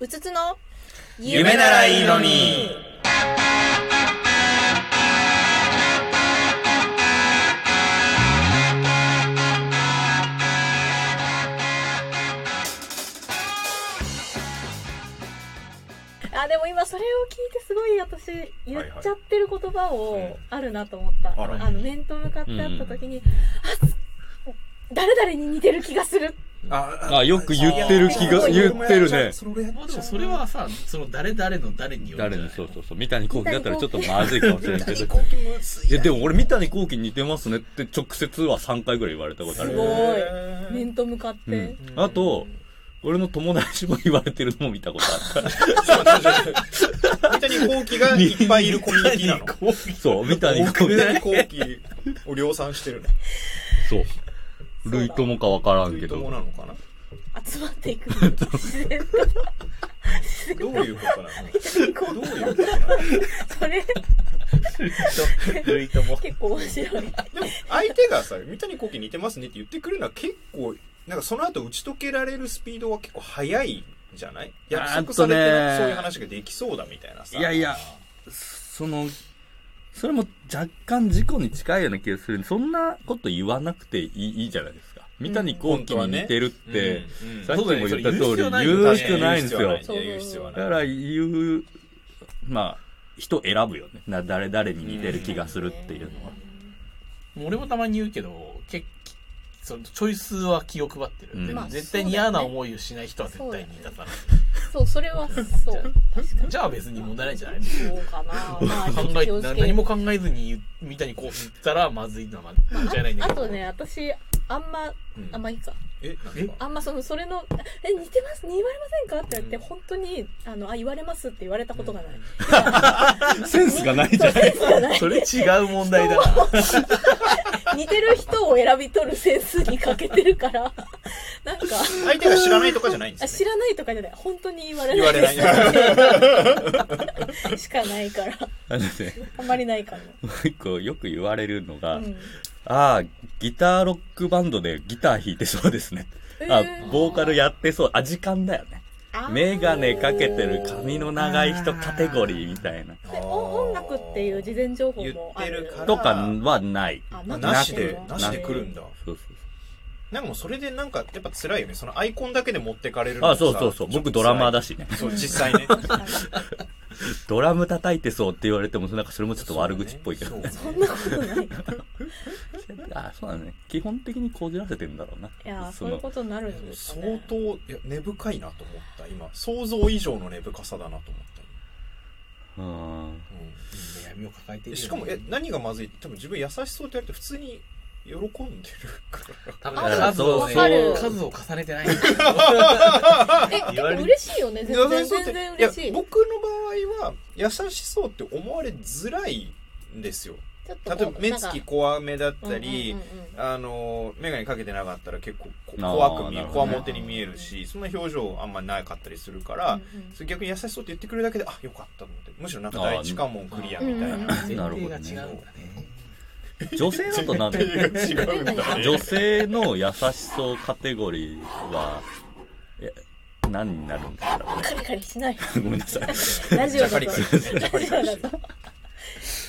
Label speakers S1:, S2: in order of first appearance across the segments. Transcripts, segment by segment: S1: うつつの
S2: 夢ならいいのに
S1: あでも今それを聞いてすごい私言っちゃってる言葉
S2: はいはい
S1: を
S2: うん
S1: あるなと思った、
S2: あら
S1: あの面と向かって会った時に、あす誰々に似てる気がする
S2: あ
S3: あ、よく言ってる気が、
S1: あー
S3: 言ってるね。
S2: それ俺やっちゃ
S4: ま
S2: う
S4: あでもそれはさ、その誰々の誰による
S3: 誰
S4: んじゃな
S3: に、
S4: い
S3: そうそうそう。三谷幸喜だったらちょっとまずいかもしれないけ
S2: 三谷
S3: ど。
S2: 幸喜むずい
S3: い
S2: な
S3: や、でも俺三谷幸喜に似てますねって直接は3回ぐらい言われたことあ
S1: す
S3: る。
S1: ごい
S2: へー
S1: 面と向かって、
S3: うん。あと、俺の友達も言われてるのも見たことあっ
S5: 三谷幸喜がいっぱいいるコミュニティ なの。
S4: こう
S3: た。そう、 三谷幸喜。
S5: 三谷幸喜を量産してるね。
S3: そう。類ともかわからんけ
S5: どうな
S3: ど。
S5: のかな
S1: 集まっていく 自然と
S5: どういうことな
S1: こう
S5: のどういうことなの
S1: それ
S4: 類とも。
S1: 結構面白い
S5: でも相手がさ、三谷幸喜似てますねって言ってくるのは結構、なんかその後打ち解けられるスピードは結構早いんじゃない約束されて
S3: あ
S5: な
S3: ーっとね
S5: いそういう話ができそうだみたいなさ。
S3: いやいや、その、それも若干事故に近いような気がする。そんなこと言わなくていいいいじゃないですか。三谷幸喜に似てるって、
S5: うん、うん
S3: さっきも言った通り、
S4: そうだねそれ
S3: 言
S4: 言
S3: う
S4: う
S3: 必
S4: 必
S3: 要
S4: 要
S3: な
S5: ないい
S3: ん
S5: んです
S3: で
S5: す
S3: よ
S5: よ。
S1: そう
S5: 言う必要は
S3: だ
S5: ない。
S3: から言う、まあ、人選ぶよね。な、誰々に似てる気がするっていうのは。
S4: 俺もたまに言うけど、結そのチョイスは気を配ってる。
S3: うん
S4: で
S3: まあ
S4: 絶対に嫌な思いをしない人は絶対にいたから。
S1: そうそれはそう確かに
S4: じゃあ別に問題ないんじゃない
S1: そう かなまあ
S4: 考
S1: 気を
S4: え、
S1: つけ
S4: 何も考えずに三谷幸喜言ったらまずいのは間違いないんだ
S1: あ
S4: けど。
S1: とね私あんまあんまいいか
S5: え、なんか
S1: あんまそのそれの「え似てます似言われませんか?」って言われて、
S4: うん
S1: 本当にあのあ「言われます」って言われたことがない、
S3: センスがないじゃない
S4: それ違う問題だな。
S1: 似てる人を選び取るセンスに欠けてるからなんか
S5: 相手が知らないとかじゃないんで
S1: あ
S5: す
S1: 知
S5: よ、ね。
S1: らないとかじゃない本当に言われ
S5: 言われ
S1: な
S5: ない い。
S1: しかないから
S3: あのね、
S1: あんまりないかも、
S3: もう一個よく言われるのが、
S1: うん
S3: ああ、ギターロックバンドでギター弾いてそうですね。あ
S1: えー、
S3: ボーカルやってそう。あ、時間だよね。
S1: あー
S3: メガネかけてる髪の長い人カテゴリーみたいな。
S1: でお音楽っていう事前情報もある
S5: 言ってるから
S3: とかはない。
S1: あな
S5: あなしで
S1: く、て
S5: なしで来るんだ。
S3: そうそう
S5: なんかもうそれでなんかやっぱ辛いよね。そのアイコンだけで持ってかれる
S3: そう。
S5: の
S3: あ、
S5: がさ
S3: そうそうそう。僕ドラマーだ
S5: ち
S3: しね
S5: ょ。っと辛いそう、実 際ね。
S3: ドラム叩いてそうって言われても、なんかそれもちょっと悪口っぽいけどね。
S1: そんなことない
S3: あ、そうだね。基本的にこじらせてんだろうな。
S1: いやー
S3: そ
S1: そういう
S3: の、
S1: ことになるんですか
S5: 相
S1: ね
S5: 当いや根深いなと思った今想像以上の根深さだなと思っ
S3: うん。
S5: た、う
S4: 悩みを抱えてい
S5: ん、
S4: るよね。
S5: しかもえ何がまずいって多分自分優しそうって言われて普通に喜んでるから
S4: 多分
S1: あ
S4: 数を
S1: わかる
S4: 数を重ねてない。
S1: え結
S4: 言われ
S1: 構
S4: る
S1: 嬉しいよね全
S5: 優
S1: 然
S5: しそうっ
S1: 全
S5: て
S1: 然嬉しい
S5: や僕の場合は優しそうって思われづらいんですよ
S1: ちょっと
S5: 例
S1: こ
S5: え
S1: う
S5: ば目つき怖めだっ
S1: なんか
S5: たり、
S1: うんうんうんうん
S5: あの眼鏡かけてなかったら結構こ
S3: あー
S5: 怖く見える
S3: なる
S5: こ
S3: ほど
S5: わ
S3: ね
S5: もてに見えるしそんな表情あんまなかったりするから、
S1: うんうん
S5: それ逆に優しそうって言ってくれるだけであよかったと思ってむしろなんか第一関門クリアみたいな
S1: あーうん
S5: 前
S4: 前提
S3: な
S4: が
S3: る
S4: 違
S3: ほ
S4: うん
S3: ど
S4: だ
S3: ね
S4: ね。
S3: 女性だとなんだ
S5: 提が違うんだね
S3: 女性の優しそうカテゴリーは、え、何になるんだろうね。
S1: カリカリしない。
S3: ごめんなさい。
S1: ラジオだと。
S5: カ
S1: ラジ
S5: リ
S1: オだ
S5: カリ
S1: と。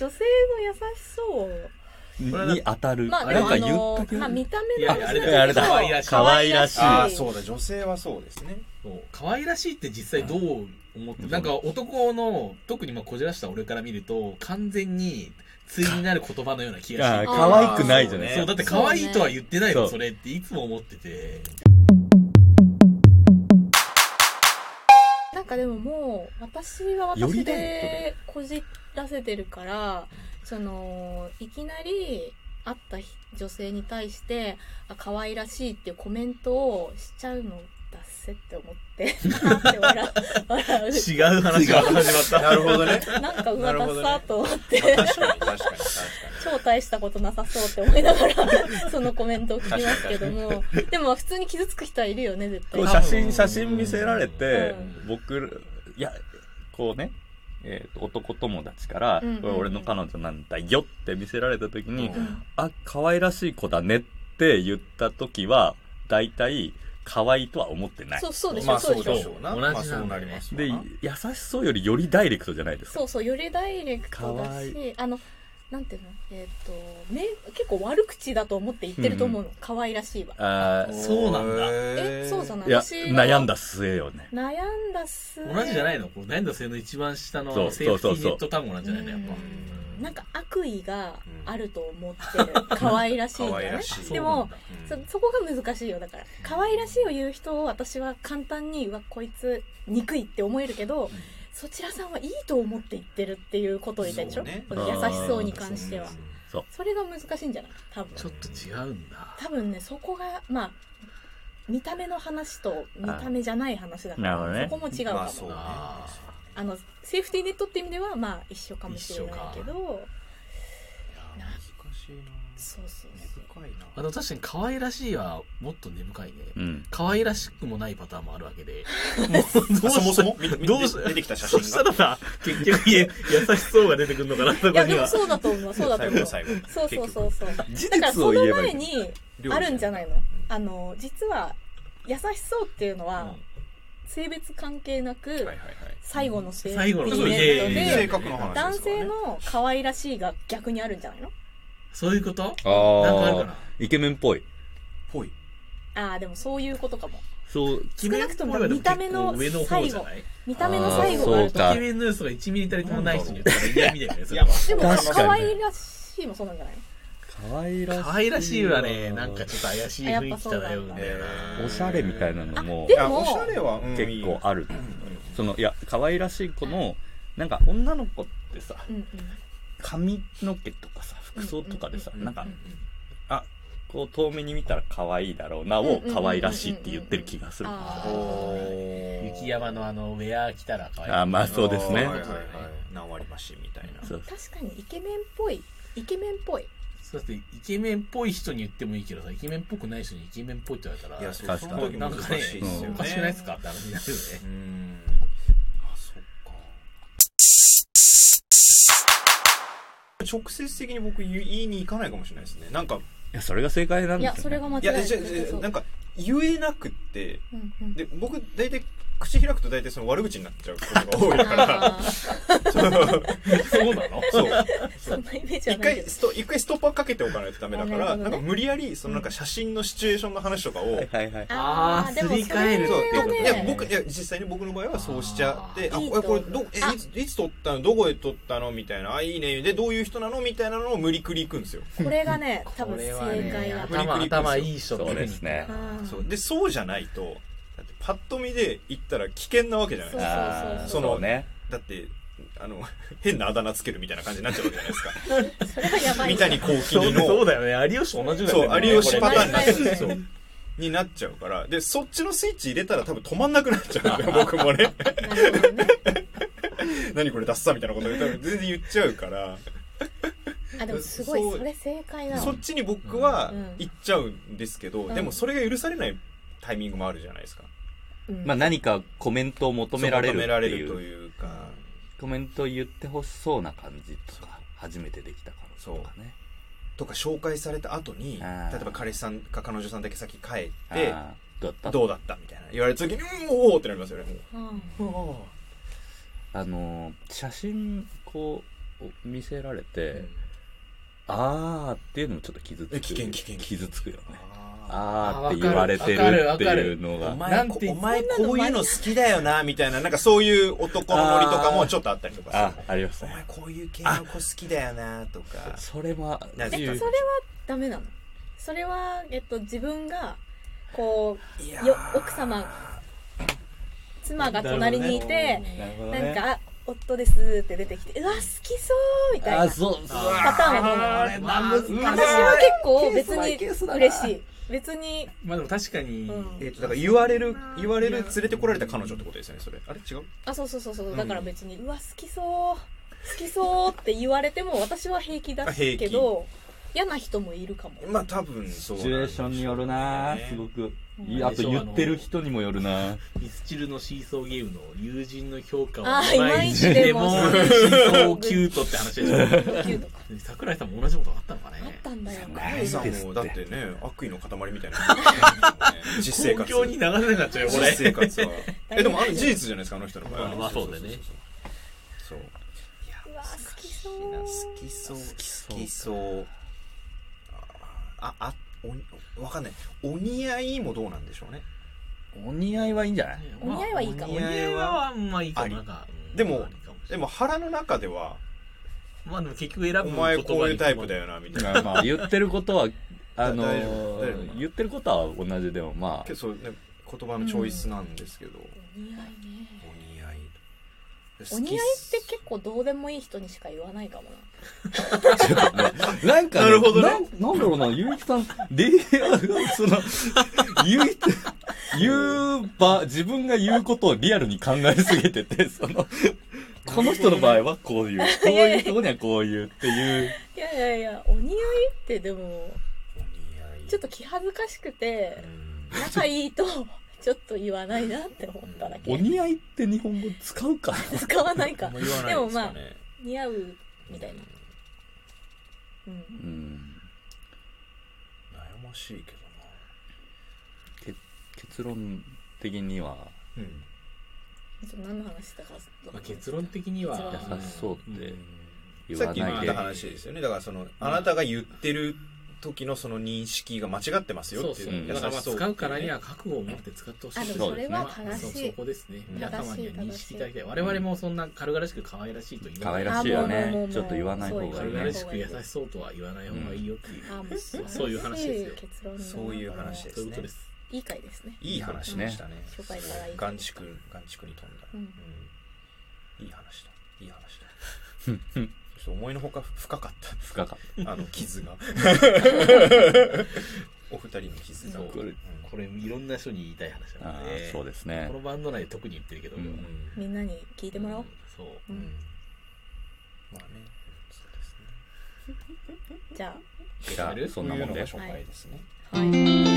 S1: 女性の優しそう。
S3: に当たる。
S1: まあ、で
S3: な
S1: もあ
S3: んか言っ
S1: の
S3: たけど
S1: まあ、見た目
S4: い
S1: の
S4: や
S1: 話だ
S4: あ
S1: け
S4: れ
S1: ど
S4: だ
S3: あれだ
S4: 可愛らしい
S1: 可愛らしい。
S5: ああそうだ女性はそうですね
S4: そう可愛らしいって実際どう思ってるなんか男の特にまあこじらした俺から見ると完全に対になる言葉のような気が
S3: あ
S4: し
S3: ー
S4: て
S1: あ
S3: 可愛くないじゃない
S4: そうだって可愛いとは言ってない
S3: そ
S4: の
S3: う
S4: それっていつも思ってて
S1: なんかでももう、私は
S3: より
S1: 私
S3: だよ
S1: でこじらせてるから、その、いきなり会ったひ女性に対して、あ、可愛らしいっていうコメントをしちゃうのだっせって思って、なんて笑う笑
S4: 違う話が始 まった
S5: なるほどね
S1: う。なんか上
S5: なるほ
S1: だ
S5: どね
S1: さと思って。
S5: 確かに確かに確か
S1: 超大したことなさそうって思いながらそのコメントを聞きますけどもでも普通に傷つく人はいるよね絶
S3: こ
S1: 対
S3: う
S1: う
S3: 写真、写真見せられて
S1: う、
S3: 僕、いや、こうね、えーと男友達から、
S1: うんうんうん
S3: これ俺の彼女なんだよって見せられた時に、
S5: に
S1: ん
S3: あ、可愛らしい子だねって言った時は、大体、可愛いとは思ってない。
S1: そうそうでしょ、
S5: まあ
S1: そ
S5: そうう
S1: で
S5: で
S1: し
S5: し
S1: ょ
S5: ょうな。
S4: 同じなんだよ
S5: まあそうな
S4: ね
S5: りますわ
S3: で
S5: な。、
S3: 優しそうよりよりダイレクトじゃないですか。
S1: そうそうよりダイレクト
S3: か
S1: だ
S3: わい
S1: しあのなんていうのえっ、とめ結構悪口だと思って言ってると思うの、可愛らしいわ
S3: あー
S4: そうなんだ
S1: えそうじゃない
S3: いや、
S1: 私は
S3: 悩んだ末よね。
S1: 悩んだっす
S4: 同じじゃないいのこれ悩んだ末の一番下
S3: そ
S4: の
S3: う
S4: セーフテ
S3: そうそう
S4: ィー
S3: そ
S4: ネ
S3: う
S4: ット単語なんじゃないのやっぱ。
S1: なんか悪意があると思ってる可愛らしいん
S5: 可
S1: だ
S5: 愛
S1: よ
S5: ら
S1: ね
S5: しい。
S1: で
S4: そうな
S1: も
S4: んだ
S1: そそこが難しいよだから可愛らしいを言う人を私は簡単にうわこいつ憎いって思えるけど、そちらさんはいいと思って言ってるっていうことを言いたいでしょ、
S5: そうね
S1: この優しそうに関しては
S3: そう。
S1: それが難しいんじゃない多分
S4: ちょっと違うんだ。
S1: 多分ねそこがまあ見た目の話と見た目じゃない話だか
S3: なるほど
S1: ら
S3: ね
S1: そこも違うかも、
S5: まあ
S1: あ、
S5: そうね。
S4: あ
S1: のセーフティーネットって意味ではまあ一緒かもしれないけど
S5: いや難しいな。
S1: そうそう
S5: 根
S1: そう
S5: 深いな。
S4: あの確かに可愛らしいはもっと根深いね。
S3: うん。
S4: 可愛らしくもないパターンもあるわけ で。もうどうした
S5: そもそもみみ
S4: どうし
S5: 出てきた写
S4: そした
S5: 真が。
S4: らさ、 結局いや優しそうが出てくるのかな、そ
S1: い
S4: こ
S1: やで
S4: に
S1: も
S4: は。
S1: そうだと思うそうだと
S5: 最
S1: 思う
S5: 後の最後。
S1: そうそうそうそう
S3: 事
S1: だから
S3: 実を
S1: そ
S3: 言
S1: の
S3: えばい
S1: 前
S3: い。
S1: に
S5: 料理
S1: あるんじゃないの
S5: ん
S1: あの実は優しそうっていうの
S5: うん
S1: は性別関係なく
S5: はいはいはい。
S1: 最後の性
S4: 最後の
S1: イ
S5: そ
S4: 性
S5: う
S1: ベント
S4: いやいやい
S5: 性
S1: で
S4: や
S5: 格の話で
S1: 男
S5: すから
S1: 性
S5: ね。
S1: の可愛らしいが逆にあるんじゃないの
S4: そういうことなんかあるか
S3: あ
S4: な
S3: あ、イケメンっぽい。
S5: ぽい。
S1: ああでもそういうことかも
S3: そう、
S4: イケメンっぽいはでも結構上の方じゃない
S1: 見た目の最後があると
S3: あーそうか
S4: イケメンの要素が1ミリたりともない人に言ったら嫌味だよね、そ
S5: い
S4: れ
S5: や
S4: は。
S1: でも
S3: 確かにね
S1: 可愛らしいもそうなんじゃない
S3: 可愛らしい。
S4: 可愛らしいわね、なんかちょっと怪しい雰囲気漂うんだよ
S5: あ
S4: な。
S3: おしゃれみたいなのも
S1: で
S5: いや
S1: も
S5: おしゃれは、うん
S3: 結構ある。その、いや、可愛らしい子の、なんか女の子ってさ、
S1: うんうん
S3: 髪の毛とかさ、服装とかでさ、
S1: うんうん
S3: なんか、あ、こう遠目に見たら可愛いだろうなを可愛らしいって言ってる気がする。
S1: あ
S5: お
S1: ー
S5: ー
S4: 雪山のあの、ウェア着たら可愛い。
S3: あまあそうですね
S5: はいはいはい。何割増しみたいな。
S3: そう
S1: 確かにイケメンっぽいイケメンっぽい
S4: だって、イケメンっぽい人に言ってもいいけどさ、イケメンっぽくない人にイケメンっぽいって言われ
S5: い
S4: たら、
S5: や、そう、
S3: 確
S5: そ
S3: か
S5: の
S3: に
S5: 時
S4: な
S5: 難
S4: んかね
S5: しいですよね。
S4: おかしくないですかって話になるよね
S5: う。ん。あ、そっか。直接的に僕言いに行かないかもしれないですね。なんか、
S3: いや、それが正解なん
S1: い
S3: で
S1: や
S3: す
S1: そ
S3: よ、
S1: れ
S3: ね
S1: が。間違
S5: い
S1: いな
S5: や、
S1: い
S5: じゃじゃなんか、言えなくって、
S1: うんうん
S5: で、僕、大体、口開くと大体その悪口になっちゃうことが多いから、
S1: あー
S4: そうなの
S5: そう。
S1: そんなイメージは
S5: 一
S1: ない
S5: 回
S1: けど
S5: スト、一回ストッパーかけておかないとダメだか
S1: あ
S5: ら、
S1: なるほ
S5: な
S1: どね
S5: んか無理やり、そのなんか写真のシチュエーションの話とかを、
S3: はいはい。
S4: あー
S1: でも
S4: すり替える
S5: そう
S1: それはね
S5: いや僕いや実際に僕の場合はそうしちゃって
S1: あ
S5: あ
S1: ー
S5: これこれ
S1: いいと思う
S5: どえ
S1: あ
S5: いついつ撮ったのどこで撮ったのみたいなあいいねでどういう人なのみたいなのを無理くり行くんですよ、
S1: これがね多
S4: こ
S1: 分
S4: れ
S1: 正
S4: はね
S1: 解、だ
S5: これ
S1: と
S5: は
S4: 頭、頭いい人
S3: そうですね。
S1: うん
S5: そ
S1: そう
S5: うでそうじゃないとだってパッと見で行ったら危険なわけじゃないですか
S3: あー
S1: そうそうそうそう
S3: そうね。
S5: だってあの 変なあだ名つけるみたいな感じになっちゃうわけじゃないですか
S1: それはやばい
S5: 三谷幸喜
S4: そう
S5: にの
S4: だよね、有吉と同じだよね。
S5: そう有吉パターンにな
S1: こ
S5: っちゃう
S1: れね
S5: そうになっちゃうからでそっちのスイッチ入れたら多分止まんなくなっちゃうんだよ僕もね
S1: な るほどね
S5: 何これダッサみたいなこと多分全然言っちゃうから
S1: あでもすごい
S5: そう
S1: それ正解だ
S5: そっちに僕は
S1: うん
S5: 行っちゃうんですけど、
S1: うん
S5: でもそれが許されないタイミングもあるじゃないですか。
S1: うん
S3: まあ何かコメントを求められる
S5: そう求め
S3: っ
S5: ら
S3: て
S5: れると
S3: いう、
S5: いうか、
S3: コメントを言ってほしそうな感じとか、初めてできた感じとかね。
S5: とか紹介された後に、例
S3: あー
S5: えば彼氏さんか彼女さんだけ先帰って、
S3: あー、どうだった
S5: どうだったみたいな言われた時に、うん、おおってなりますよね。
S1: うん
S5: もう
S3: あのー、写真、こう、お見せられて、
S5: うん
S3: あーっていうのもちょっと傷つく。
S5: え危険危険
S3: 傷つくよね。
S5: あ
S3: あーっ
S4: あ
S3: て
S4: ー
S3: 言われてる
S4: わ
S3: って
S4: かるわかる
S3: いうの
S5: ーお
S3: が。
S5: 前
S4: なんて
S5: こお前こういうの好きだよなみたいななんかそういう男のノリとかもちょっとあったりとか
S3: あ
S5: す、
S3: あります
S5: るお前
S3: ね。
S5: こういう系の子好きだよなとか
S3: それは、
S5: なん
S1: え
S5: て
S1: そ
S5: い
S1: れ
S5: う
S1: はダメなのそれは、えっと、自分がこ
S5: いうや
S1: よ奥様妻が隣にいて
S3: なるほ
S1: な,、
S3: どね
S1: んかあ「夫です」って出てきて「うわ好きそう」みたい
S3: あ
S1: な
S3: ー、
S1: パ
S3: そう、うわ
S1: ターンはどうなの私は結構別に嬉しい別に
S4: まあでも確かに、
S1: うん
S5: えっとだから言われる言われる連れてこられた彼女ってことですよねそれあれ違う
S1: あそうそうそうそうだから別に「うわ好きそう好きそう」って言われても私は平気だけど嫌な人もいるかも
S5: まあ多分そう
S3: シチュエーションによるな
S5: ね
S3: すごく。いやあと言ってる人にもよるな。
S4: ミスチルのシーソーゲームの友人の評価を
S1: あー
S4: 毎日でも、シ
S1: いまいち
S4: ーソーキュートって話で しょ。
S1: キューとか
S4: 桜井さんも同じことあったのかね
S1: あったんだよ
S5: アイさんもだってね悪意の塊みたいな実生
S4: 公
S5: 活
S4: 共に流れなくなっちゃうよ、こ
S5: 実生
S4: れ。
S5: 活はえでもあの事実じゃないですかあの人の場合
S4: まあまあそうだよね
S5: そう
S1: うわ好きそう
S5: 好きそう好きそうああおわかんないお似合いもどうなんでしょうね
S3: お似合いはいいんじゃない
S1: お似合いはいいか
S4: まあ
S1: も
S4: お似合いはあんまいいか
S5: あ
S4: も。
S5: り
S4: なんかうん
S5: でも
S4: ありかし
S5: で
S4: れない
S5: も腹の中では
S4: まあでも結局選ぶ
S5: お
S4: 言葉
S5: 前
S4: に
S5: こういうタイプだよなみたいな
S3: まあまあ、言ってることは、あの
S5: 大丈夫大丈夫
S3: 言ってることは同じでも、まあ
S5: 結、構ね言葉のチョイスなんですけど、
S1: お似合いね
S5: お似合い
S1: お似合いって結構どうでもいい人にしか言わないかもな
S3: なんか、ね、
S4: なるほどね
S3: なんなんだろうな、ゆういきさん、レイヤーが、その、ゆうい、言う場、自分が言うことをリアルに考えすぎてて、その、この人の場合はこういう、こういうとこにはこういうっていう、
S1: いやいやいやお似合いってでも
S5: お似合い
S1: ちょっと気恥ずかしくて仲いいと ちょっと言わないなって思っただ
S3: お
S1: け
S3: 似合いって日本語使うか
S1: 使わないか
S5: あんま言わない
S1: でも
S5: です
S1: ま
S5: か
S1: あ
S5: ね
S1: 似合うみたいなうん
S3: うん。
S5: 悩ましいけど
S3: け結論的には、
S5: なうん
S1: ちょっと何の話したか
S4: まあ結論的には
S1: 優
S3: 優しそうって言
S5: さっ
S3: わ
S5: き言
S3: な
S5: っ
S3: い
S5: た
S3: で。
S5: 話ですよねだからそのあなたが言ってる時のその認識が間違ってますよ
S4: そう
S5: ってい
S4: そうう
S3: うん
S4: だからまあ
S5: 優しそう
S4: 使うからには覚悟を持って使ってほしい
S1: あで
S3: も
S1: もそれは正
S4: そう
S1: し
S4: そ
S1: い
S4: こですね
S5: うん
S4: 皆様には認識いただきたい我々もそんな軽々しく可愛らしいと言
S3: 可
S4: わな
S3: 愛
S4: い
S3: らしいよ
S1: あもうもうも
S3: ね
S1: う。
S3: ちょっと言わない方がい
S4: 軽
S3: い
S4: 々
S3: ね。
S4: しく優しそうとは言わない方がいいよっていう、
S1: あもう
S4: そうそういう話ですよ
S1: 結論
S5: そういう話で
S4: そう
S5: す
S4: いうこと
S5: ね
S4: です
S1: いい回ですね
S5: いい話でしたね
S1: 初回からいい
S5: 眼畜眼畜に飛んだ
S1: うん
S5: うんいい話だいい話だちょっと思いのほか深かっ
S3: 深かっ た
S5: あの傷がお二人の傷が
S4: そう
S3: こ
S5: う
S3: れ
S5: ん
S4: これいろんな人に言いたい話な
S3: あ
S4: の
S3: ー
S4: で
S3: そうですね
S4: このバンド内で特に言ってるけど、
S3: うん
S4: 言
S5: うん
S1: みんなに聞いてもらおう
S4: そう
S1: う
S5: うん
S1: ん
S5: まあねそうですね
S1: じゃ
S3: じゃあそんなもんで
S5: こういうのが紹介ですね
S1: あはい